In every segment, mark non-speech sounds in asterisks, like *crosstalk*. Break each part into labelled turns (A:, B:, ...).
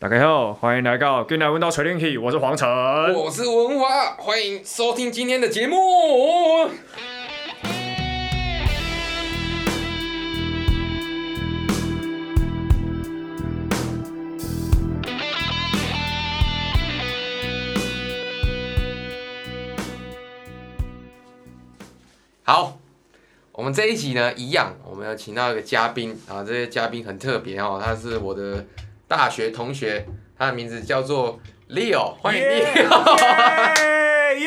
A: 大家好，欢迎来到《跟来问到锤炼器》，我是黄晨。
B: 我是文华，欢迎收听今天的节目。好，我们这一集呢，一样，我们要请到一个嘉宾啊，这些嘉宾很特别哦，他是我的大学同学，他的名字叫做 Leo，欢迎 Leo。
A: 哎耶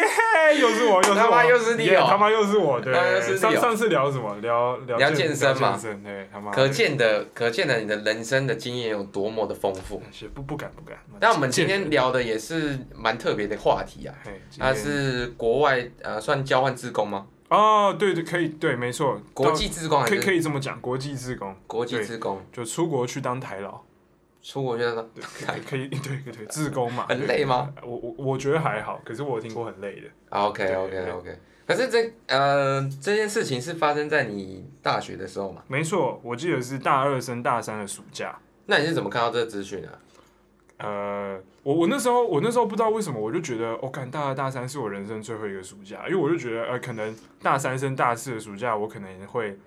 A: 耶，又是我，又是我，
B: 他妈又是你哦
A: Yeah，他妈又是我，对
B: 他妈又是你哦
A: 上上次聊什么？聊聊
B: 聊健身嘛
A: 聊健身对，他妈
B: 可见的，可见的，你的人生的经验有多么的丰富。
A: 是不不敢不敢。
B: 但我们今天聊的也是蛮特别的话题啊，
A: 嘿，今
B: 它
A: 天
B: 是国外呃算交换志工吗？
A: 哦，对对，可以，对，没错，
B: 国际志工
A: 到
B: 还
A: 可以可
B: 是
A: 以这么讲，国际志工，
B: 国际志工？
A: 就出国去当台佬，
B: 出国就是说
A: 对，可以可以，对对对，志工嘛，
B: 很累吗
A: 对？我我我觉得还好，可是我有听过很累的。
B: 啊，OK OK OK。可是这呃这件事情是发生在你大学的时候嘛？
A: 没错，我记得是大二升大三的暑假。
B: 那你是怎么看到这个资讯啊的？
A: 呃，我我那时候我那时候不知道为什么，我就觉得我哦看、干大二大三是我人生最后一个暑假，因为我就觉得呃，可能大三升大四的暑假，我可能会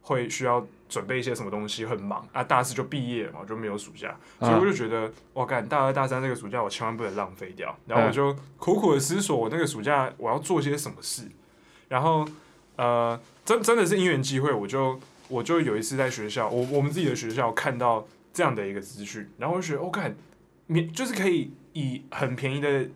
A: 会需要准备一些什么东西，很忙啊。大四就毕业了嘛，就没有暑假，所以我就觉得我干、干大二大三这个暑假我千万不能浪费掉。然后我就苦苦的思索，我那个暑假我要做些什么事。然后呃，真真的是因缘机会，我就我就有一次在学校，我我们自己的学校看到这样的一个资讯，然后我就觉得，我、哦、看免就是可以以很便宜的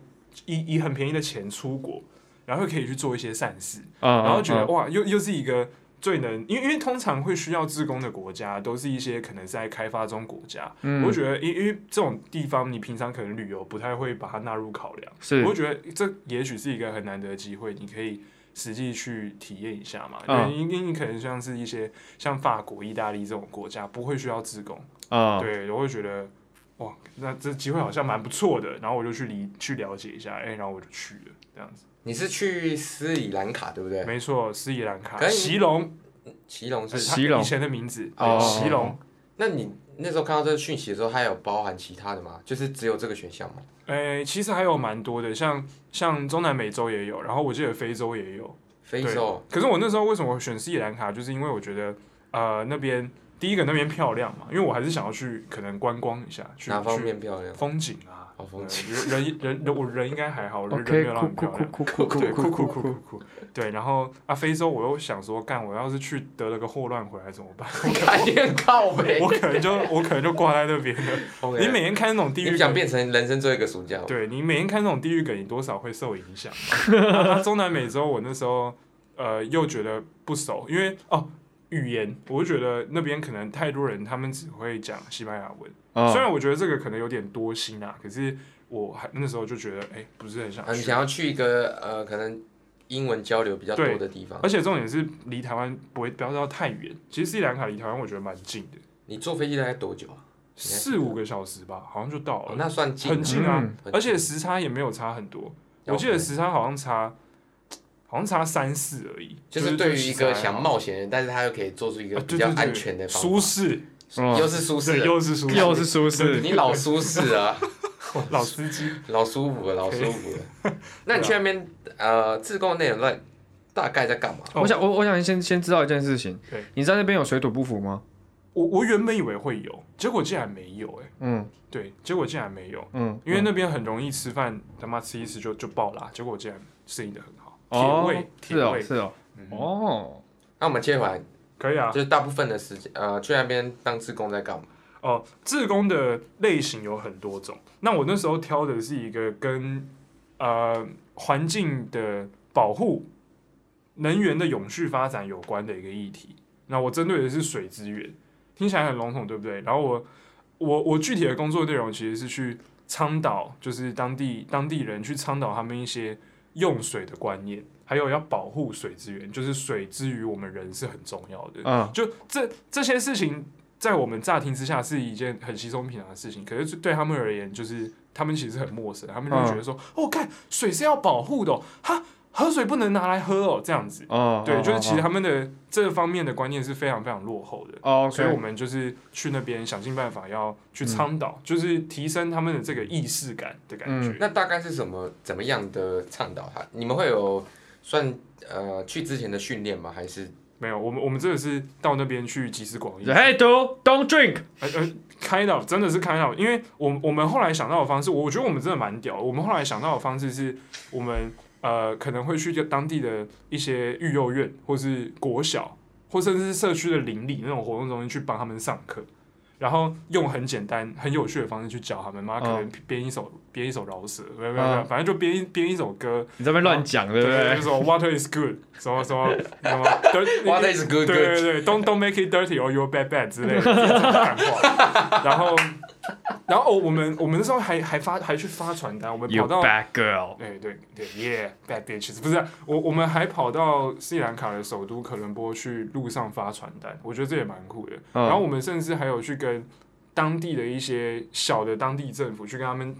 A: 以以很便宜的钱出国，然后可以去做一些善事，然
C: 然
A: 后觉得哇，又又是一个最能，因为因为通常会需要自工的国家，都是一些可能是在开发中国家，
C: 嗯
A: 我就觉得因因为这种地方你平常可能旅游不太会把它纳入考量。
C: 是
A: 我会觉得这也许是一个很难得的机会，你可以实际去体验一下嘛。
C: 嗯
A: 对，因因为你可能像是一些像法国、意大利这种国家不会需要自工，
B: 嗯
C: 啊，
A: 对，我会觉得哇，那这机会好像蛮不错的。然后我就去理去了解一下，哎、然后我就去了，这样子。
B: 你是去斯里兰卡对不对？
A: 没错，斯里兰卡
B: 可以
A: 席隆，
B: 奇隆
A: 是
B: 是？
A: 他
C: 席隆
A: 以前的名字，
B: 哦
A: 对席隆。
B: 那你那时候看到这个讯息的时候，它有包含其他的吗？就是只有这个选项吗？
A: 哎、其实还有蛮多的，像像中南美洲也有，然后我记得非洲也有，
B: 非洲
A: 可是我那时候为什么选斯里兰卡，就是因为我觉得呃那边第一个那边漂亮嘛，因为我还是想要去可能观光一下，去
B: 哪方
A: 去
B: 面
A: *laughs*
B: 漂亮？
A: 风景啊，
B: 哦风
A: 景人人人人我人应该还好，人人没
C: OK，
A: 有让
C: 酷
A: 很
C: 酷
A: 漂
C: 酷
A: 亮。
C: 酷酷哦酷酷
A: 对，酷酷
C: 酷
A: 酷酷
C: 酷，
A: 酷，对，然后啊，非洲我又想说，干，我要是去得了个霍乱回来怎么办？
B: 看见靠背
A: 我。可能就我可能就挂在那边了。
B: OK
A: 你每天看那种地
B: 啊你不
A: 狱梗
B: 想变成人生最后一个暑假吗？
A: 对你每天看这种地狱梗，你多少会受影响。
B: *laughs*
A: 啊中南美洲，我那时候呃又觉得不熟，因为哦语言，我就觉得那边可能太多人，他们只会讲西班牙文。虽
B: 哦
C: 啊，
A: 然我觉得这个可能有点多心啊，可是我还那时候就觉得，哎、不是很想
B: 啊，你
A: 去。
B: 想要去一个呃，可能英文交流比较多的地方，
A: 而且重点是离台湾不会不要到太远，其实斯里兰卡离台湾我觉得蛮近的，
B: 你坐飞机大概多久啊？应该是
A: 四五个小时吧，好像就到
B: 哦
A: 了，，
B: 那算近啊，
A: 很近啊
C: 嗯，
B: 很
A: 而且时差也没有差很多。我记得时差好像差，好像差三四而已。
B: 就是对于一个想
A: 啊
B: 冒险的人，但是他又可以做出一个
A: 对
B: 比
A: 对
B: 较
A: 对
B: 安全的方
A: 舒
B: 法，
A: 适，
B: 又是舒适
A: 对，
B: 的，
A: 又是舒适，
C: 又是舒适，
B: 你老舒适啊，
A: 老司机。
B: 老舒服了，老舒服了。那你去那边呃，自贡内容在大概在干嘛？
A: 哦
C: 我想我我想先先知道一件事情
A: 对，
C: 你在那边有水土不服吗？
A: 我我原本以为会有，结果竟然没有哎、
C: 嗯
A: 对，结果竟然没有，
C: 嗯，
A: 因为那边很容易吃饭，他妈吃一吃就就爆啦，结果竟然适应的很好，
C: 哦
A: 铁胃
C: 是
A: 铁
C: 哦
A: 胃，
C: 是哦
A: 嗯
C: 哦，
B: 那我们接回来，
A: 可以啊
B: 就。是大部分的时间呃，去那边当自贡在干嘛？
A: 哦，志工的类型有很多种。那我那时候挑的是一个跟呃环境的保护、能源的永续发展有关的一个议题。那我针对的是水资源，听起来很笼统，对不对？然后我我我具体的工作内容其实是去倡导，就是当地当地人去倡导他们一些用水的观念，还有要保护水资源，就是水之于我们人是很重要的。
C: 嗯
A: 就这这些事情，在我们乍听之下是一件很稀松平常的事情，可是对他
C: 嗯
A: 们而言，就是他们其实很陌生，他们就会觉得说，哦，看水是要保护的哦、哈，喝水不能拿来喝哦，这样子。
C: 哦，
A: 对，
C: 哦
A: 就是其实
C: 哦
A: 他们的这方面的观念是非常非常落后的。
C: 哦，OK，
A: 所以我们就是去那边想尽办法要
C: 嗯
A: 去倡导，就是提升他们的这个意识感的感
C: 嗯
A: 觉。
B: 那大概是什么怎么样的倡导他？你们会有算呃去之前的训练吗？还是
A: 没有，我们我们真的是到那边去集思广益，
C: 就 Hey, do don't drink。
A: 呃呃，开导真的是开导，因为我我们后来想到的方式，我觉得我们真的蛮屌的。我们后来想到的方式是，我们呃可能会去当地的一些育幼院，或是国小，或甚至是社区的邻里那种活动中心去帮他们上课，然后用很简单、很有趣的方式去教他们。妈，可能编一首编一首饶舌，没有没有没有，
C: 嗯
A: 反正就编一编一首歌，
C: 你这边乱讲，对不
A: 就
C: 对？
A: 说 Water is good，什么什么什么
B: What is good good？
A: 对对对，Don't don't make it dirty or you're bad bad 之类的这种干 *laughs* 话。然后，然后哦我们我们那时候还还发还去发传单，我们
C: You
A: 跑到。
C: bad girl。
A: 对对对，Yeah，bad bitches，不是啊、我我们还跑到斯里兰卡的首都科伦坡去路上发传单，我觉得这也蛮酷的。
C: 嗯
A: 然后我们甚至还有去跟当地的一些小的当地政府去跟他们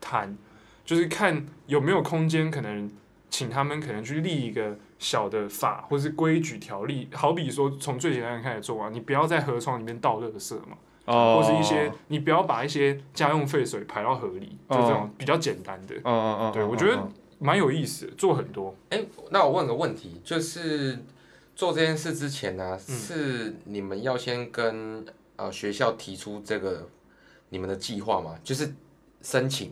A: 谈，就是看有没有空间，可能请他们可能去立一个小的法或是规矩条例，好比说从最简单的开始做啊，你不要在河床里面倒垃圾嘛。
C: 哦，
A: 或是一些你不要把一些家用废水排到河里，就这种比较简单的，
C: 哦，哦哦哦，
A: 对
C: 哦
A: 我觉得
C: 哦
A: 蛮有意思的，做很多。
B: 哎、那我问个问题，就是做这件事之前呢、
A: 嗯
B: 是你们要先跟呃学校提出这个你们的计划吗？就是申请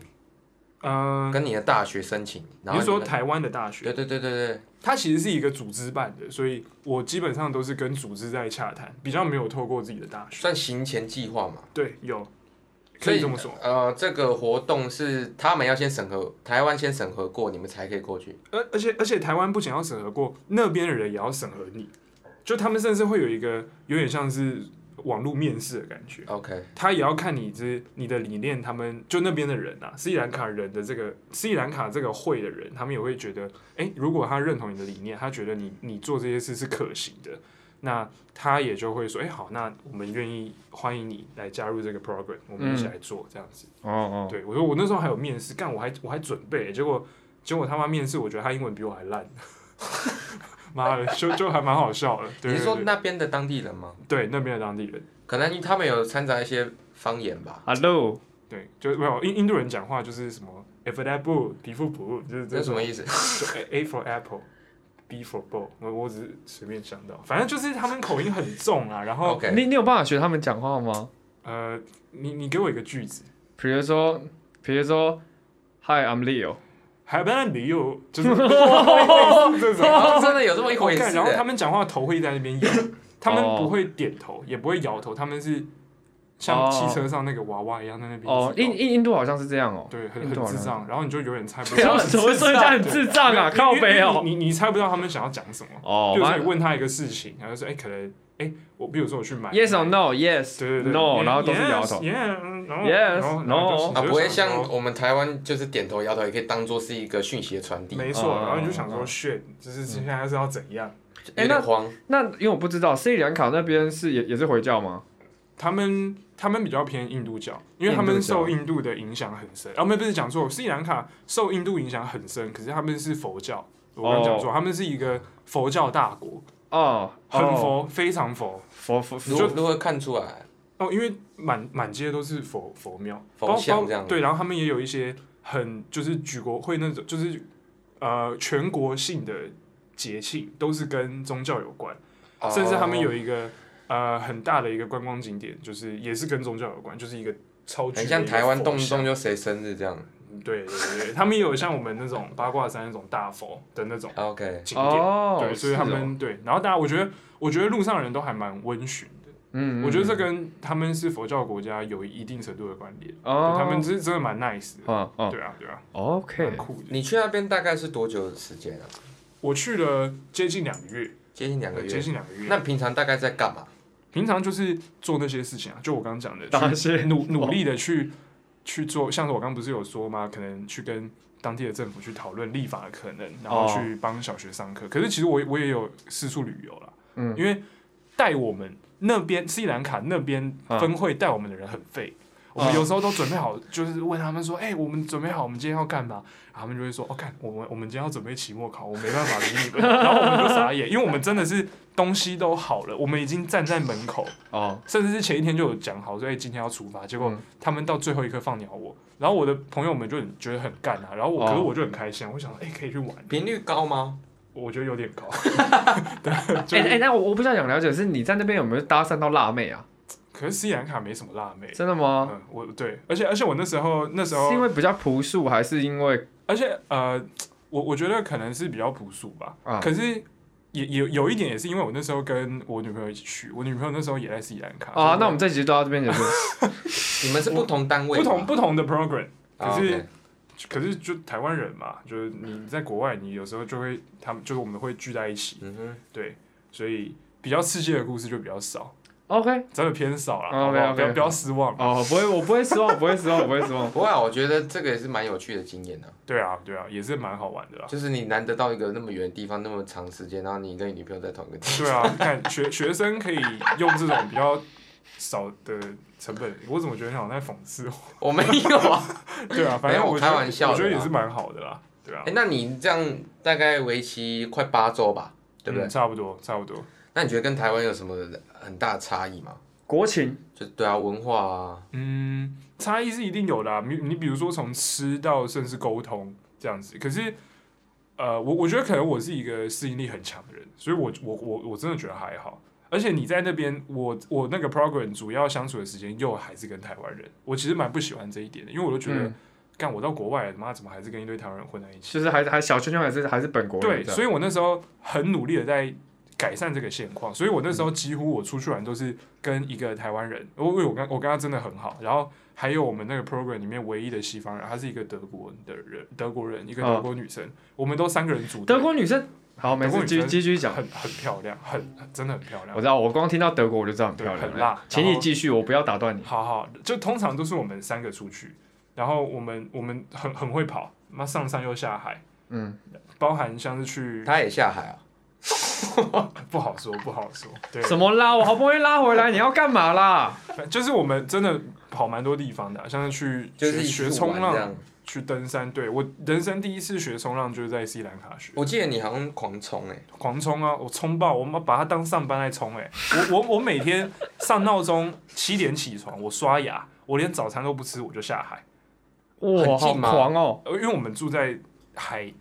A: 嗯，
B: 跟你的大学申请，然
A: 你
B: 后
A: 是说
B: 们
A: 台湾的大
B: 对
A: 学，
B: 对对对对，
A: 它其实是一个组织办的，所以我基本上都是跟组织在洽谈，比较没有透过自己的大学。
B: 算行前计划嘛。
A: 对，有可
B: 所
A: 以这么说。
B: 呃，这个活动是他们要先审核，台湾先审核过，你们才可以过去。
A: 而而且而且台湾不仅要审核过，那边的人也要审核你，就他们甚至会有一个有点像是网络面试的感觉。
B: OK，
A: 他也要看你这你的理念，他们就那边的人啊，斯里兰卡人的这个斯里兰卡这个会的人，他们也会觉得，诶，如果他认同你的理念，他觉得你你做这些事是可行的，那他也就会说，诶，好，那我们愿意欢迎你来加入这个 program，我们一
B: 嗯
A: 起来做、这样子。
C: 哦哦，
A: 对我说，我那时候还有面试，干我还我还准备、结果结果他妈面试，我觉得他英文比我还烂， *laughs* 妈的，就就还蛮好笑的。对
B: 你是
A: 对
B: 说
A: 对，
B: 那边的当地人吗？
A: 对那边的当地人。
B: 可能他们有掺杂一些方言吧，
C: Hello，
A: 对，就是没有印印度人讲话就是什么 F that blue，皮肤不就是
B: 这
A: 这
B: 是什么意思？
A: 就 A- A for apple，B for ball，我我只是随便想到，反正就是他们口音很重啊。然后
B: OK，
C: 你你有办法学他们讲话吗？
A: 呃，你你给我一个句子，
C: 比如说，比如说，Hi，I'm Leo。
A: 还不然理由就是 *laughs* 类似这种。
B: 哦，真的有这么一回
A: 看
B: 事
A: 然后
B: 欸
A: 他们讲话头会在那边摇，他们
C: 哦
A: 不会点头，也不会摇头，他们是像
C: 哦
A: 汽车上那个娃娃一样在那边
C: 哦，
A: 一直
C: 印
A: 摇
C: 印印度好像是这样哦。
A: 对，很
C: 印度
A: 很
C: 好
A: 智
C: 像
A: 障，然后你就永远猜不
C: 不要
A: 到，
C: 怎么说人家很智障啊，靠
A: 因为
C: 背哦。
A: 你你你猜不到他们想要讲什么。
C: 哦
A: 比如说
C: 反
A: 你
C: 正
A: 问他一个事情，然后说，哎、可能，哎、我比如说我去买
C: ，Yes or No，Yes，
A: 对对对
C: No，
A: Yeah，
C: 然后都是摇头
A: yes，yeah，嗯然后
C: Yes，
A: 然后
C: no
A: 然后就
B: 啊，
A: 你就
B: 不会
A: 想
B: 像
A: 说
B: 我们台湾就是点头摇头，也可以当做是一个讯息的传递，
A: 没错，
C: 嗯
A: 然后你就想说
C: 嗯
A: shit，就是现在是要怎样？
B: 有
C: 那
B: 点慌。
A: 哎
C: 那因为我不知道斯里兰卡那边是也也是回教吗？
A: 他们他们比较偏印度教，因为他
C: 印
A: 们
C: 度教
A: 受印度的影响很深。啊，没有不是讲错，斯里兰卡受印度影响很深，可是他们是佛教。我刚刚讲错，他们是一个佛教大国，
C: 哦，
A: 很
C: 哦
A: 佛，非常佛。
C: 佛佛
B: 如
C: 佛
B: 何如何看出来？
A: 哦，因为满满街都是佛佛庙，
B: 佛
A: 包
B: 像
A: 包
B: 这样
A: 对，然后他们也有一些很就是举国会那种，就是呃全国性的节庆都是跟宗教有关，
B: 哦
A: 甚至他们有一个呃很大的一个观光景点，就是也是跟宗教有关，就是一个超
B: 哦
A: 巨
B: 很
A: 的
B: 像
A: 一个
B: 台湾
A: 佛
B: 动不
A: 像
B: 动就谁生日这样。
A: 对对对对，他们也有像我们那种八卦山那种大佛的那种
B: OK，
A: 景点，
C: 哦，
A: 对，所以他
C: 是哦
A: 们对，然后大家我觉得我觉得路上人都还蛮温驯的。
C: 嗯，嗯
A: 我觉得这跟他们是佛教国家有一定程度的关联，
C: 哦，
A: 他们是真的蛮 nice 的，
C: 嗯
B: 哦
C: 嗯
A: 对啊对啊，蛮
C: ，OK，
A: 酷的。
B: 你去那边大概是多久的时间啊？
A: 我去了接近两个月，
B: 接近两个
A: 对接
B: 月。
A: 近两个月。
B: 那平常大概在干嘛？
A: 平常就是做那些事情啊，就我刚刚讲的，
C: 那
A: 去
C: 些
A: 努努力的去去做，像是我刚刚不是有说吗？可能去跟当地的政府去讨论立法的可能，然后
C: 哦
A: 去帮小学上课。可是其实我我也有四处旅游啦，
C: 嗯
A: 因为带我们那边斯里兰卡那边分会带我们的人很废。
C: 哦
A: 我们有时候都准备好，就是问他们说，哎、我们准备好，我们今天要干嘛？然后他们就会说，哦，干，我们我们今天要准备期末考，我没办法理你们。然后我们就傻眼，因为我们真的是东西都好了，我们已经站在门口，
C: 哦，
A: 甚至是前一天就有讲好说，哎、今天要出发，结果
C: 嗯
A: 他们到最后一刻放鸟我，然后我的朋友们就很觉得很干啊，然后我、可是
C: 哦
A: 我就很开心啊，我想说，哎、可以去玩，
B: 频率高吗？
A: 我觉得有点
C: *laughs*
A: 高，
C: 哎哎，那我我比较想了解是你在那边有没有搭讪到辣妹啊？
A: 可是斯里兰卡没什么辣妹。
C: 真的吗？
A: 嗯，我对，而且而且我那时候那时候
C: 是因为比较朴素，还是因为
A: 而且呃，我我觉得可能是比较朴素吧，
C: 啊
A: 可是也有有一点也是因为我那时候跟我女朋友一起去，我女朋友那时候也在斯里兰卡
C: 啊？那我
A: 们
C: 们这集就到这边结束。
B: 你们是不同单位
A: 不
B: 吗，
A: 同不同的 program，
B: 啊
A: 可是
B: OK
A: 可是就台湾人嘛，就是你在国外，你有时候就会他们就是我们会聚在一起，
B: 嗯哼，
A: 对，所以比较刺激的故事就比较少，
C: OK，
A: 真的偏少了，
C: 哦
A: 好不好？
C: OK，OK，
A: 不要不要失望，
C: 哦，不会，我不会失望，我不会失望，我不会失望。
B: 不过啊我觉得这个也是蛮有趣的经验啊，
A: 对啊对啊，也是蛮好玩的啦。
B: 就是你难得到一个那么远的地方，那么长时间，然后你跟你女朋友在同一个地方，
A: 对啊，看学学生可以用这种比较少的成本，我怎么觉得你好像在讽刺我？ *laughs*
B: 我没有啊。
A: 对啊，反正
B: 没有
A: 我觉得
B: 开玩笑的
A: 我觉得也
B: 啦
A: 是蛮好的啦，对
B: *laughs*
A: 啊
B: 哎，，那你这样大概为期快八周吧，对不对
A: 嗯？差不多，差不多。
B: 那你觉得跟台湾有什么很大的差异吗？
C: *laughs* 国情
B: 就对啊，文化啊，
A: 嗯，差异是一定有的、啊，你你比如说从吃到甚至沟通这样子，可是。呃，我我觉得可能我是一个适应力很强的人，所以我我我我真的觉得还好。而且你在那边，我我那个 program 主要相处的时间又还是跟台湾人，我其实蛮不喜欢这一点的，因为我都觉得
C: 嗯，
A: 干、我到国外了，妈怎么还是跟一堆台湾人混在一起？
C: 就是还还小圈圈还是还是本国
A: 对，
C: 人这样。
A: 所以我那时候很努力的在改善这个现况，所以我那时
C: 嗯
A: 候几乎我出去玩都是跟一个台湾人，我因为我跟我跟他真的很好，然后还有我们那个 program 里面唯一的西方人，他是一个德国的人，德国人，一个德国女生，我们都三个人组队
C: 嗯德国女生好，没
A: 德国
C: 事，
A: 女
C: 继续继
A: 生
C: 续讲。
A: 很很漂亮，很真的很漂亮
C: 我知，道，我光听到德国我就知道很
A: 对
C: 漂亮，
A: 很辣
C: 请
A: 然
C: 你
A: 后
C: 继续，我不要打断你。
A: 好好，就通常都是我们三个出去，然后我们我们很很会跑，妈上山又下海，
C: 嗯，
A: 包含像是去
B: 他也下海啊。
A: 不好说不好说，对，
C: 什么拉？我好不容易拉回来，你要干嘛啦？
A: 反就是我们真的跑蛮多地方的啊、像是去
B: 就是
A: 学
B: 一起
A: 学
B: 玩
A: 冲啊
B: 这
A: 浪
B: 样，。
A: 去登山。对我人生第一次学冲浪就是在斯里兰卡学，
B: 我记得你好像狂冲哎、
A: 狂冲啊，我冲爆，我妈把它当上班来冲哎、我我我每天上闹钟七点起床，我刷牙，我连早餐都不吃，我就下海，
C: 哇，
B: 很
C: 好
B: 近吗
C: 狂哦！
A: 呃因为我们住在海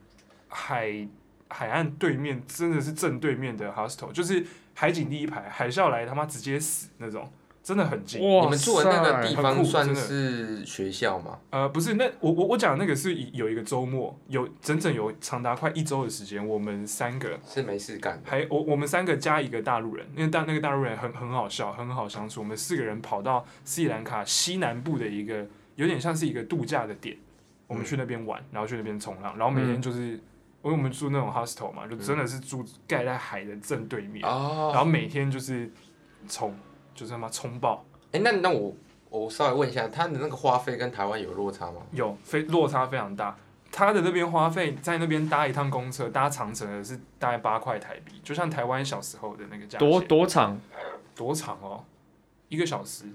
A: 海海岸对面，真的是正对面的 hostel，就是海景第一排，海啸来他妈直接死那种，真的很近。
C: 哇
B: 你们住的那个地
A: 哇塞很
B: 方
A: 酷
B: 算
A: 真的
B: 是学校吗？
A: 呃，不是，那我我我讲的那个是有一个周末，有整整有长达快一周的时间，我们三个
B: 是没事干的，
A: 还我我们三个加一个大陆人，因为大那个大陆人很很好笑，很好相处。我们四个人跑到斯里兰卡西南部的一个有点像是一个度假的点，我们去那边玩，然后去那边冲浪，然后每天就是、因为我们住那种 hostel 嘛，就真的是住盖在海的正对面，然
B: 哦，
A: 后每天就是冲，就是他妈冲爆，
B: 哎、那那我我稍微问一下，他的那个花费跟台湾有落差吗？
A: 有非落差非常大。他的那边花费在那边搭一趟公车，搭长城的是大概八块台币，就像台湾小时候的那个价钱。
C: 多多长
A: 多长哦？一个小时，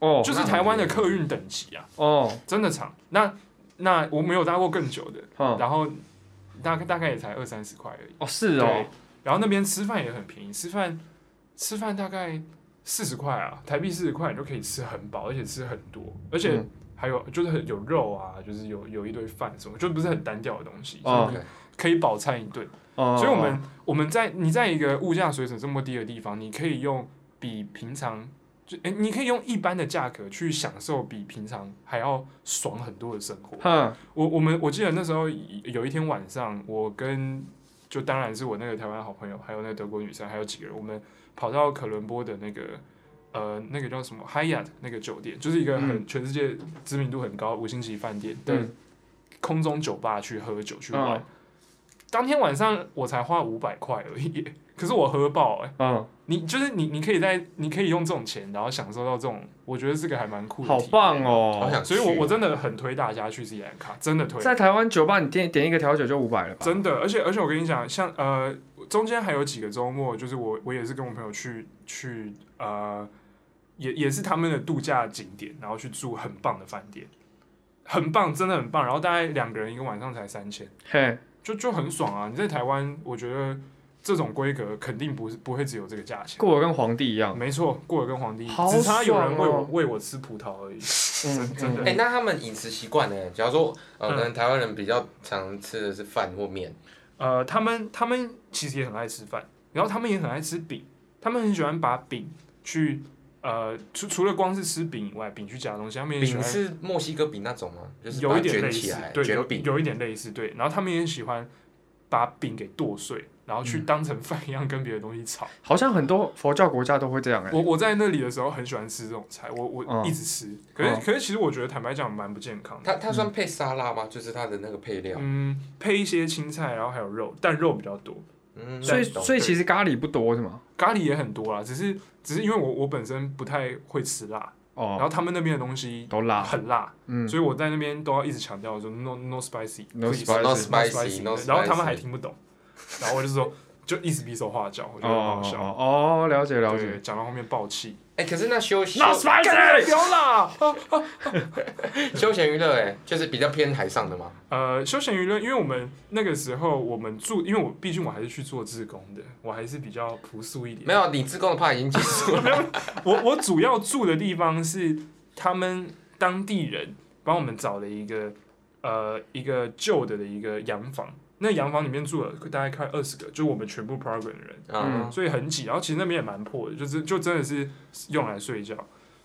C: 哦
A: 就是台湾的客运等级啊，
C: 哦，
A: 真的长。那那我没有搭过更久的，
C: 嗯
A: 然后大概大概也才二三十块而已。
C: 哦是
A: 对
C: 哦，，
A: 然后那边吃饭也很便宜，吃饭吃饭大概四十块啊，台币四十块你就可以吃很饱，而且吃很多，而且
C: 嗯
A: 还有就是很有肉啊，就是有有一堆饭什么，就不是很单调的东西，
C: 哦
A: 所以可以饱餐一顿。
C: 哦
A: 所以我们我们在你在一个物价水准这么低的地方，你可以用比平常就诶、你可以用一般的价格去享受比平常还要爽很多的生活。
C: 哼
A: 我我们我记得那时候有一天晚上，我跟就当然是我那个台湾好朋友，还有那个德国女生，还有几个人，我们跑到可伦坡的那个呃那个叫什么 Hyatt 那个酒店，就是一个很、全世界知名度很高五星级饭店的
C: 嗯
A: 空中酒吧去喝酒去玩。
C: 嗯
A: 当天晚上我才花五百块而已，可是我喝爆哎、
C: 嗯，
A: 你就是你，你可以在你可以用这种钱，然后享受到这种，我觉得这个还蛮酷的。
C: 好棒！
B: 好
C: 哦！
B: 想
A: 所以我
B: 去
A: 我真的很推大家去斯里兰卡，真的推。
C: 在台湾酒吧，你点点一个调酒就五百了吧？
A: 真的，而且而且我跟你讲，像呃，中间还有几个周末，就是我我也是跟我朋友去去呃也也是他们的度假景点，然后去住很棒的饭店，很棒，真的很棒。然后大概两个人一个晚上才三千，
C: 嘿，
A: 就就很爽啊！你在台湾，我觉得这种规格肯定不是不会只有这个价钱。
C: 过得跟皇帝一样，
A: 没错，过得跟皇帝，
C: 好
A: 只差有人
C: 爽
A: 喂我
C: 哦
A: 喂我吃葡萄而已。
C: 嗯，
A: 真的
B: 哎、那他们饮食习惯呢？假如说，呃，
A: 嗯
B: 可能台湾人比较常吃的是饭或面，
A: 呃，他们他们其实也很爱吃饭，然后他们也很爱吃饼，他们很喜欢把饼去呃除除了光是吃饼以外，饼去加东西，他们也嗯喜
B: 饼
A: 欢
B: 是墨西哥饼那种吗？就是
A: 有
B: 把
A: 一
B: 它
A: 点类
B: 卷起
A: 似
B: 来，，
A: 对，
B: 卷
A: 有
B: 饼。
A: 有一点类似，对。然后他们也喜欢把饼给剁碎，然后去
B: 嗯
A: 当成饭一样跟别的东西
B: *laughs*
A: 炒。
C: 好像很多佛教国家都会这样哎、
A: 我我在那里的时候很喜欢吃这种菜，我我
C: 嗯
A: 一直吃，可是、
C: 嗯
A: 可是其实我觉得坦白讲蛮不健康的。
B: 它它啊算配沙拉吗？就是它的那个配料。
A: 嗯，配一些青菜，然后还有肉，但肉比较多。
B: 嗯，
C: 所以
B: 懂
C: 所以其实咖喱不多是吗？
A: 咖喱也很多啊啦，只是只是因为我我本身不太会吃辣，然
C: 哦，
A: 后他们那边的东西
C: 都辣，
A: 很辣，
C: 嗯，
A: 所以我在那边都要一直强调说 no no spicy
C: No
A: please,
C: spicy,
A: no
B: no
A: spicy，
B: spicy, no
A: 然后他们
B: spicy
A: 还听不懂，然后我就说就一直比手画脚，我觉得很
C: 哦
A: 好
C: 哦
A: 笑。
C: 哦，哦了解了
A: 对，
C: 解。哎
A: 讲到后面爆气，
B: 哎、可是那休休
C: Not spicy
A: 干不要啦！ *laughs*
B: 休闲娱乐，哎，就是比较偏海上的嘛。
A: 呃，休闲娱乐，因为我们那个时候我们住，因为我毕竟我还是去做志工的，我还是比较朴素一点。
B: 没有，你自贡的怕已经结束
A: *laughs*
B: 了。
A: 我我主要住的地方是他们当地人帮我们找了一个呃一个旧的的一个洋房，那洋房里面住了大概快二十个，就是我们全部 program 的人，
B: 嗯，
A: 所以很挤。然后其实那边也蛮破的，就是就真的是用来睡觉。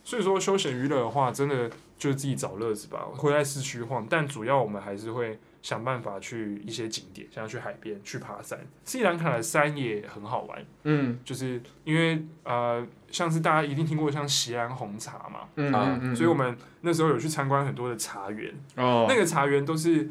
A: 所以说休闲娱乐的话，真的就是自己找乐子吧，会在市区晃，但主要我们还是会想办法去一些景点，像去海边、去爬山。斯里兰卡的山也很好玩。
C: 嗯
A: 就是因为呃，像是大家一定听过像席兰红茶嘛，
C: 嗯
B: 啊
C: 嗯嗯，
A: 所以我们那时候有去参观很多的茶园，
C: 哦，
A: 那个茶园都是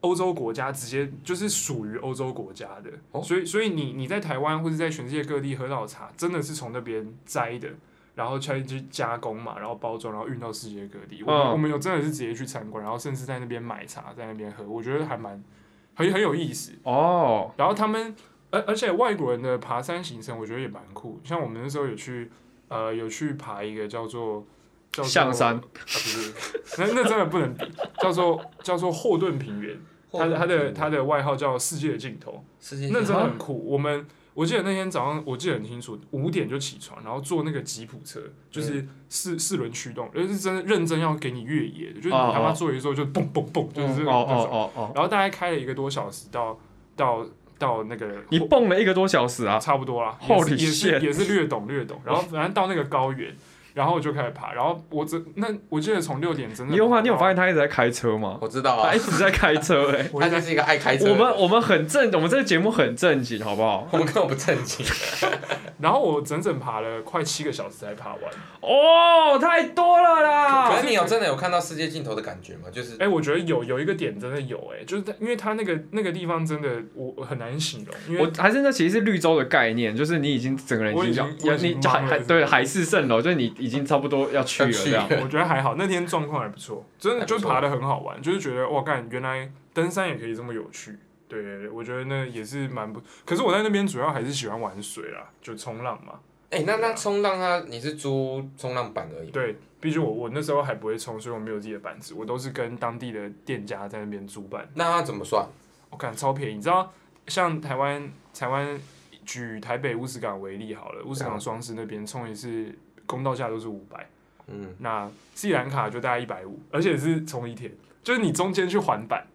A: 欧洲国家直接就是属于欧洲国家的，
B: 哦
A: 所以所以你你在台湾或者在全世界各地喝到的茶，真的是从那边摘的。然后去去加工嘛，然后包装，然后运到世界各地。我们、
C: 嗯
A: 我们有真的是直接去参观，然后甚至在那边买茶，在那边喝，我觉得还蛮很很有意思。
C: 哦，
A: 然后他们，而而且外国人的爬山行程，我觉得也蛮酷。像我们那时候有去，呃，有去爬一个叫做叫做
C: 象山
A: 啊不是， *laughs* 那那真的不能比，叫做叫做霍顿平原，嗯它的它的它的外号叫世界的尽头，
B: 世界啊
A: 那真
B: 上
A: 的很酷。我们我记得那天早上，我记得很清楚，五点就起床，然后坐那个吉普车，就是四四轮驱动，就是真的认真要给你越野的，就是你他妈
C: 哦哦
A: 坐一坐就蹦蹦蹦，就是
C: 哦
A: 那种。
C: 哦哦哦，
A: 然后大概开了一个多小时到到到那个
C: 你蹦了一个多小时啊！
A: 差不多啦，也
C: Holy
A: 是也是
C: shit
A: 也是略懂略懂，然后
C: *laughs*
A: 反正到那个高原，然后我就开始爬，然后我真那我记得从六点真的，
C: 你有发你有发现他一直在开车
A: *laughs*
C: 吗？
B: 我知道啊
C: 他一，直在开车哎、
A: 我
B: 他
A: 一
B: 就
A: 直
B: 是一个爱开车的
C: 我
B: 人。
C: 们我们很正，我们这个节目很正经，好不好？
B: 我们根本不正
A: *laughs*
B: 经。
A: 哎然后我整整爬了快七个小时才爬完，
C: 哦，太多了
B: 可
C: 啦！
B: 是你有真的有看到世界尽头的感觉吗？就是
A: 哎，我觉得有有一个点真的有哎，就是它因为它那个那个地方真的我我很难形容，因为
C: 我还是那其实是绿洲的概念，就是你已经整个人
A: 我已
C: 已
A: 经
C: 经
A: 我
C: 要
A: 已经
C: 你就海
A: 懵了
C: 海
A: 是不是
C: 对海市蜃楼，就是你已经差不多要去了
B: 要去
C: 这样。
A: *laughs* 我觉得还好，那天状况还不错，真的
B: 还不
A: 就
B: 错
A: 爬的很好玩，就是觉得哇干，原来登山也可以这么有趣。对对对，我觉得那也是蛮不，可是我在那边主要还是喜欢玩水啦，就冲浪嘛。
B: 哎、那那冲浪它你是租冲浪板而已吗，
A: 对，毕竟我我那时候还不会冲，所以我没有自己的板子，我都是跟当地的店家在那边租板。
B: 那它怎么算？
A: 我、看超便宜，你知道，像台湾台湾举台北乌石港为例好了，乌石港双狮那边冲一次公道价都是五百，
B: 嗯，
A: 那斯里兰卡就大概一百五，而且是冲一天，就是你中间去环板。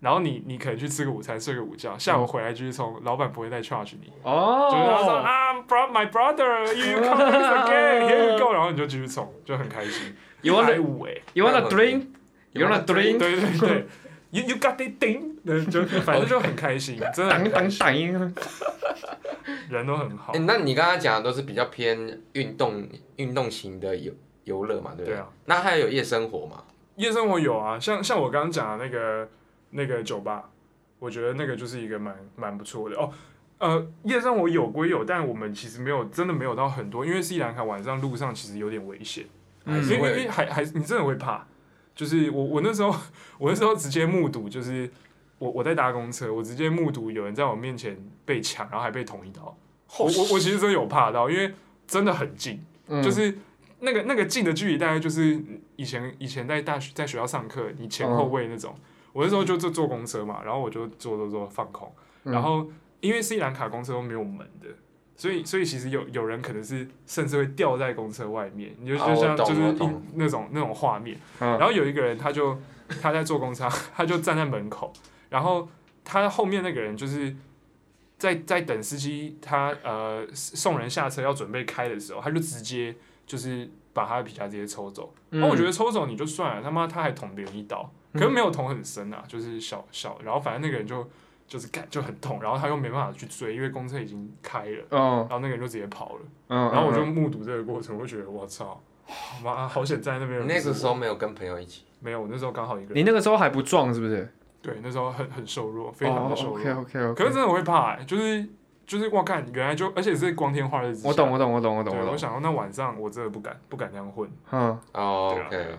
A: 然后你你可能去吃个午餐，睡个午觉，下午回来继续冲，老板不会再 charge 你，就是他说
C: 哦，
A: 啊，bro my brother you come with us again here you go，然后你就继续冲，就很开心。
C: You wanna-
A: 150五哎，
C: you wanna drink? You wanna drink?
A: 对对对，You you got it ding，呃就反正就很开心，真的
C: 当
A: 很
C: 当
A: 开心，
C: 当！
A: 人都很好
B: 哎、。那你刚刚讲的都是比较偏运动运动型的游游乐嘛，对不对？
A: 对啊
B: 那还有夜生活嘛？
A: 夜生活有啊，像像我刚刚讲的那个那个酒吧，我觉得那个就是一个蛮蛮不错的哦。呃，夜生活有归有，但我们其实没有真的没有到很多，因为斯里兰卡晚上路上其实有点危险，
C: 嗯
A: 因为因为因为还还你真的会怕。就是我我那时候 *laughs* 我那时候直接目睹，就是我我在搭公车，我直接目睹有人在我面前被抢，然后还被捅一刀。我我我其实真的有怕到，因为真的很近，
C: 嗯
A: 就是那个那个近的距离大概就是以前以前在大学在学校上课，你前
B: 嗯
A: 后位那种。我那时候就坐坐公车嘛，然后我就坐坐坐放空，
C: 嗯
A: 然后因为斯里兰卡公车都没有门的。所以，所以其实有有人可能是甚至会掉在公车外面，你就
B: 啊
A: 就像
B: 我懂
A: 就是
B: 我懂
A: 一那种那种画面。
C: 嗯
A: 然后有一个人，他就他在坐公车，他就站在门口，然后他后面那个人就是在在等司机他呃送人下车要准备开的时候，他就直接就是把他的皮夹直接抽走。
B: 嗯
A: 那、
C: 嗯
A: 我觉得抽走你就算了，他妈他还捅别人一刀，可是没有捅很深啊，就是小小，然后反正那个人就就是干就很痛，然后他又没办法去追，因为公车已经开了。
C: 嗯
A: 然后那个人就直接跑了，
C: 嗯，
A: 然后我就目睹这个过程，我就觉得我操，妈好险在那边。
B: 你那个时候没有跟朋友一起，
A: 没有，我那时候刚好一个
C: 你
A: 人，
C: 那个时候还不壮是不是？哦
A: 对，那时候很很瘦弱，非常的瘦
C: o k
A: 弱。
C: OK OK，
A: 可是真的我会怕、欸，就是就是我看原来就，而且是光天化日之下。
C: 我懂我懂我懂我懂
A: 对，我
C: 我懂，
A: 想到那晚上我真的不敢不敢那样混，
C: 嗯，
B: 哦
A: 对啊对
B: ，OK，
A: 啊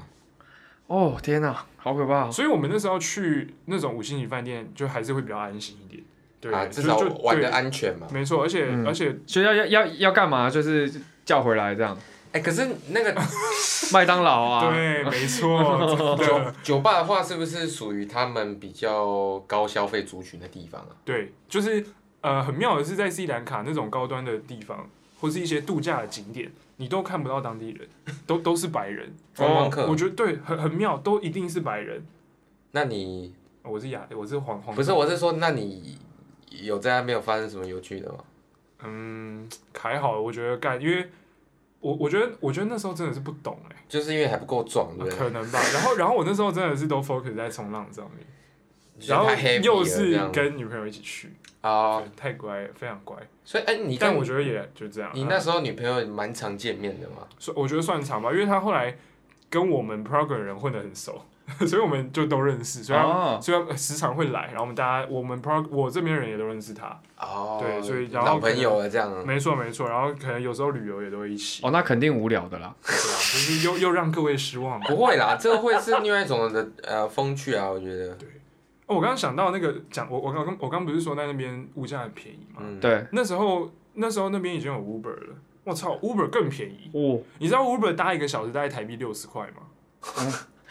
C: 哦天哪，好可怕哦，
A: 所以我们那时候去那种五星级饭店，就还是会比较安心一点。对，
B: 啊，
A: 就
B: 至少
A: 就
B: 玩的
A: 对
B: 安全嘛。
A: 没错，而且、
C: 嗯
A: 而且
C: 所以要要要要干嘛？就是叫回来这样，
B: 哎，可是那个
C: 麦当劳啊， *laughs*
A: 对，没错， *laughs* 真的
B: 酒酒吧的话，是不是属于他们比较高消费族群的地方啊？
A: 对，就是呃，很妙的是，在斯里兰卡那种高端的地方，或是一些度假的景点，你都看不到当地人，都都是白人。
B: 观光客
A: 哦我觉得对，很很妙，都一定是白人。
B: 那你
A: 哦我是亚，我是黄黄，
B: 不是，我是说，那你有在那边有发生什么有趣的吗？
A: 嗯，还好，我觉得干，因为我我觉得我觉得那时候真的是不懂哎、
B: 就是因为还不够壮，对不对？
A: 可能吧。然后然后我那时候真的是都 focus 在冲浪上面，
B: 就是
A: 然后
B: 太 heavy 了
A: 又
B: 这
A: 是
B: 样
A: 跟女朋友一起去，
B: 啊，
A: 对太乖了，非常乖。
B: 所以哎，你
A: 但
B: 跟
A: 我觉得也就这样。
B: 你
A: 嗯
B: 那时候女朋友蛮常见面的嘛？
A: 算我觉得算长吧，因为他后来跟我们 program 人混得很熟， *laughs* 所以我们就都认识，所以他、
C: 哦
A: 所以他时常会来，然后我们大家我们 prog 我这边人也都认识他，
B: 哦，
A: 对所以然后
B: 老朋友了这样。
A: 没错没错，然后可能有时候旅游也都会一起，
C: 哦，那肯定无聊的啦，
A: 对啊，就是又又让各位失望了。
B: 不会啦，这会是另外一种的呃风趣啊，我觉得。
A: 哦，我刚刚想到那个讲我我刚我刚不是说在那边物价很便宜吗？
B: 嗯，
C: 对，
A: 那时候那时候那边已经有 Uber 了，我操，Uber 更便宜，
C: 哦，
A: 你知道 Uber 搭一个小时大概台币六十块吗？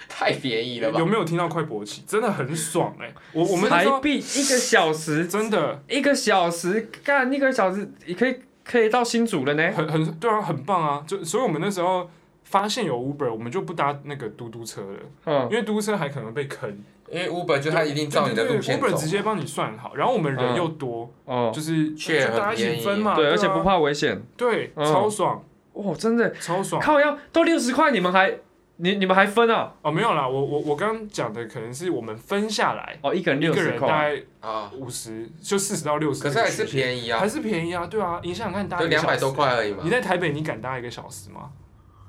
B: 太便宜了吧
A: 有？没有听到快勃起？真的很爽哎、我我们那
C: 台
A: 时候
C: 币一个小时，
B: *laughs*
A: 真的。
C: 一个小时干一个小时，你可以可以到新竹了
B: 哎
C: 呢，
A: 很很对啊，很棒啊！就所以我们那时候发现有 Uber，我们就不搭那个嘟嘟车了，
C: 嗯
A: 因为嘟嘟车还可能被坑。
B: 因为 Uber 就他一定哦照你的
A: 对对
B: 路
A: 对
B: 线
A: ，Uber
B: 走。
A: 直接帮你算好，然后我们人
C: 嗯
A: 又多，
C: 哦，
A: 就是
B: 确
A: 就大家一
B: 很便
A: 起
B: 宜
A: 分嘛，
C: 对，
A: 啊
C: 而且不，怕危险，
A: 对，
C: 嗯
A: 超爽，
C: 哦，真的，
A: 超爽。
C: 靠要都六十块，你们还你你们还分啊？
A: 哦，没有啦，我我我刚刚讲的可能是我们分下来，
C: 哦，一个人
A: 一
C: 六
A: 个
C: 十
A: 人大
C: 块，
A: 概
B: 啊，
A: 五十，就四十到六十，
B: 可是还是便宜
A: 宜
B: 啊
A: 还，是便宜啊，对啊，你想想看，搭
B: 就
A: 一个
B: 两
A: 小
B: 百
A: 时
B: 多，块而已嘛
A: 你。在台北你敢搭一个小时吗？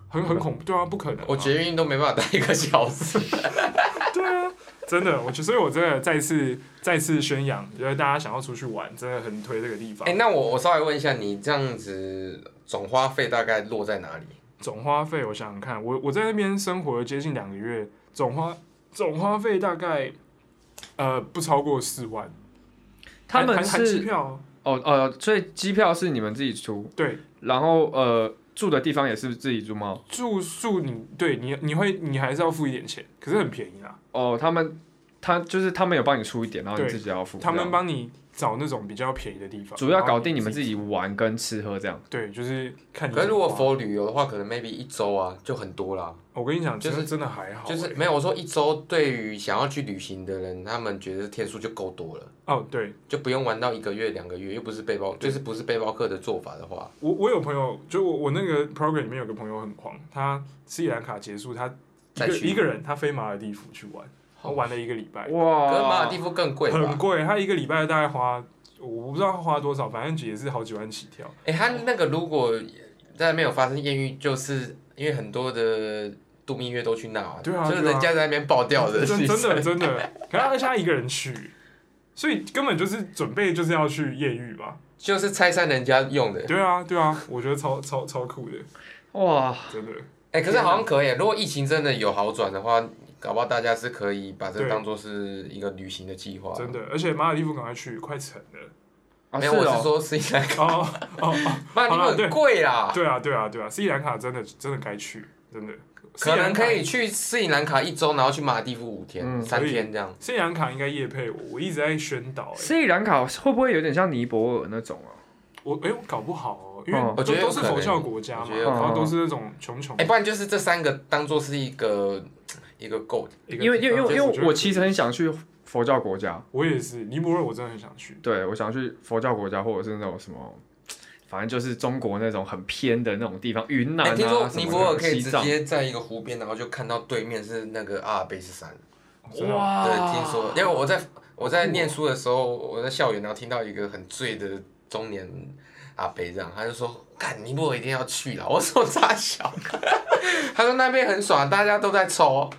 A: 很很恐怖，对啊，不可能啊。
B: 我捷运都没办法待一个小时。
A: 对啊，真的，我就所以，我真的再次再次宣扬，觉得大家想要出去玩，真的很推这个地方。
B: 哎，那我我稍微问一下，你这样子总花费大概落在哪里？
A: 总花费，我想想看，我我在那边生活了接近两个月，总花总花费大概呃不超过四万。
C: 他
A: 含
C: 们
A: 含含机
C: 是
A: 票哦，
C: 哦呃，所以机票是你们自己出，
A: 对，
C: 然后呃住的地方也是自己住吗？
A: 住宿你对你你会你还是要付一点钱，可是很便宜啦。
C: 哦，他们他就是他们有帮你出一点，然后你
A: 对
C: 自己要付，
A: 他
C: 这
A: 们
C: 样
A: 帮你找那种比较便宜的地方，
C: 主要
A: 然后
C: 搞定你们自。己玩跟吃喝这样。
A: 对，就是看你
B: 可是
A: 怎么花。
B: 如果佛旅游的话，可能 maybe 一周啊就很多啦。
A: 我跟你讲，
B: 就是
A: 真的真的还好
B: 就
A: 欸，
B: 是没有我说一周对于想要去旅行的人，他们觉得天数就够多了，
A: 哦，对，
B: 就不用玩到一个月两个月，又不是背包，就是不是背包客的做法的话，
A: 我我有朋友，就我我那个 program 里面有个朋友很狂，他斯里兰卡结束，他一
B: 再
A: 个
B: 去
A: 一个人他飞马尔地夫去玩，他玩了一个礼拜，
C: 哇
B: 可是马尔地夫更贵
A: 哦很
B: 吧？
A: 贵，他一个礼拜大概花我不知道他花多少，反正也是好几万起跳。
B: 哎、他那个如果在那边有发生艳遇，就是因为很多的度蜜月都去那、
A: 对啊
B: 就是
A: 对啊
B: 人家在那边爆掉的，
A: *laughs* 真
B: 其
A: 真
B: 实
A: 的真的，可是他而且他一个人去，所以根本就是准备就是要去艳遇吧？
B: 就是拆散人家用的。
A: 对啊对啊，我觉得超超超酷的，
C: 哇，
A: 真的。
B: 哎、可是好像可以，如果疫情真的有好转的话，搞不好大家是可以把这
A: 对
B: 当做是一个旅行的计划。
A: 真的，而且马尔地夫赶快去，快成了。
C: 啊，
B: 没
C: 是
B: 有，我是
C: 哦，
B: 说斯里兰卡，
A: 哦
B: *laughs*
A: 哦，哦
B: 不然你
A: 好啦
B: 们
A: 对
B: 很贵啦。
A: 对啊对啊对啊，斯里兰卡真的真的该去，真的。斯
B: 可
A: 里兰
B: 能
A: 卡
B: 可以去斯里兰卡一周，然后去马尔蒂夫五天、
C: 嗯
B: 三
A: 可以
B: 天这样。
A: 斯里兰卡应该夜配我，我一直在宣导、欸，
C: 斯里兰卡会不会有点像尼泊尔那种啊？
A: 我哎、我搞不好哦、因为
C: 嗯
A: 都
B: 我觉得
A: 都
B: 有
A: 是
B: 可
A: 佛
B: 能
A: 教国家
B: 我
A: 嘛，
B: 觉得
C: 有可
A: 然
C: 能
A: 后都是那种穷穷
B: 哎、，不然就是这三个当做是一个一个 goal，
A: 一个
C: 因为因为因为
A: 地
C: 因
A: 方
C: 为我其实很想去佛教国家，
A: 我也是尼泊尔，我真的很想去。
C: 对我想去佛教国家，或者是那种什么，反正就是中国那种很偏的那种地方，云南
B: 哎、
C: 啊，
B: 听说
C: 什
B: 尼
C: 么
B: 泊尔
C: 的
B: 可以
C: 西
B: 直
C: 藏，
B: 接在一个湖边，然后就看到对面是那个阿尔卑斯山。
A: 真的哦，
C: 哇
B: 对，听说， *laughs* 因为我在我在念书的时候，我在校园，然后听到一个很醉的中年阿伯这样，他就说：“干尼泊尔一定要去啦！” *laughs* 我说：“傻小。” *laughs* 他说：“那边很爽，大家都在抽。
C: 哦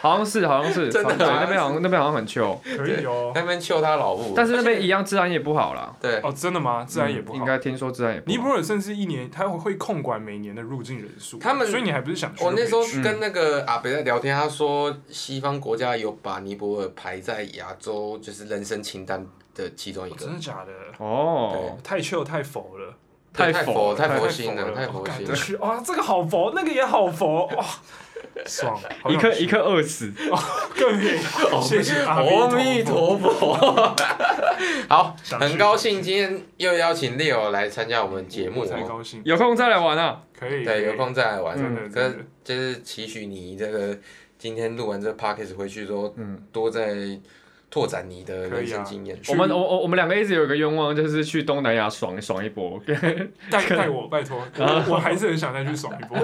C: 好像是好像是，
B: 真的
C: 好对
B: 好像
C: 那边好像那边好像很秋，
A: 可以哦”。
B: 那边求他老母，
C: 但是那边一样治安也不好啦，嗯
B: 对，
A: 哦，真的吗？自然也不
C: 应
A: 好。
C: 该听说治安也不好。
A: 尼泊尔甚至一年，他会控管每年的入境人数。
B: 他们
A: 所以你还不是想去就
B: 我
A: 可以去？
B: 那时候跟那个阿北在聊天，他说西方国家有把尼泊尔排在亚洲就是人生清单的其中一
A: 哦
B: 个
A: 真，的假的？
C: 哦，
A: 太 chill 太佛了，
B: 对
C: 太
B: 太
C: 佛
B: 哦太
A: 太
B: 佛心了，太佛
A: 佛
B: 心了
A: 了哦。感觉去哇，这个好佛，那个也好佛，哇，爽！好
C: 一
A: 想
C: 颗
A: 去
C: 一颗饿死，
A: 更美好， *laughs* 谢谢阿
B: 哦阿
A: 弥
B: 弥
A: 陀佛。
B: 陀佛。 *laughs* 好，
A: 想去
B: 很高兴今天又邀请 Leo 来参加我们节目
A: 我嗯才
B: 哦。
A: 高兴，
C: 有空再来玩啊。
A: 可以
B: 对，有空再来玩。
A: 真的
B: 可
A: 真的
B: 是就是期许你这个今天录完这 podcast 回去之后，
C: 嗯
B: 多再拓展你的
A: 可
B: 人
A: 以啊
B: 生经验。
C: 我们我我我们两个一直有一个愿望，就是去东南亚爽爽一波。 *laughs*
A: 带带我，
B: *laughs*
A: 拜托，我我还是很想再去爽一波。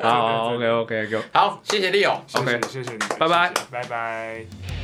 C: 好，OK OK OK。
B: 好，谢谢 Leo。
A: 谢谢
C: OK
A: 谢谢你，
C: 拜拜
A: 谢谢，拜拜。
B: 拜拜。